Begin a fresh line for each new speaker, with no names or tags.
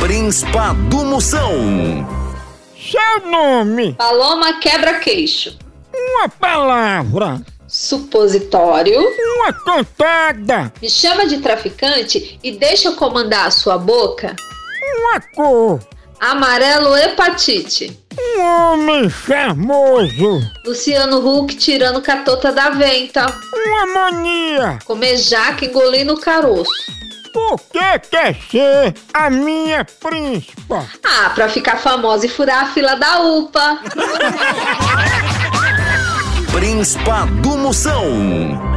Príncipa do Moção.
Seu nome,
Paloma quebra-queixo.
uma palavra,
Supositório.
uma cantada,
Me chama de traficante e deixa eu comandar a sua boca.
uma cor,
Amarelo hepatite.
um homem charmoso,
Luciano Huck tirando catota da venta.
uma mania.
Comer jaca engolindo caroço.
Por que quer ser a minha príncipa?
Ah, pra ficar famosa e furar a fila da UPA.
Príncipa do Moção.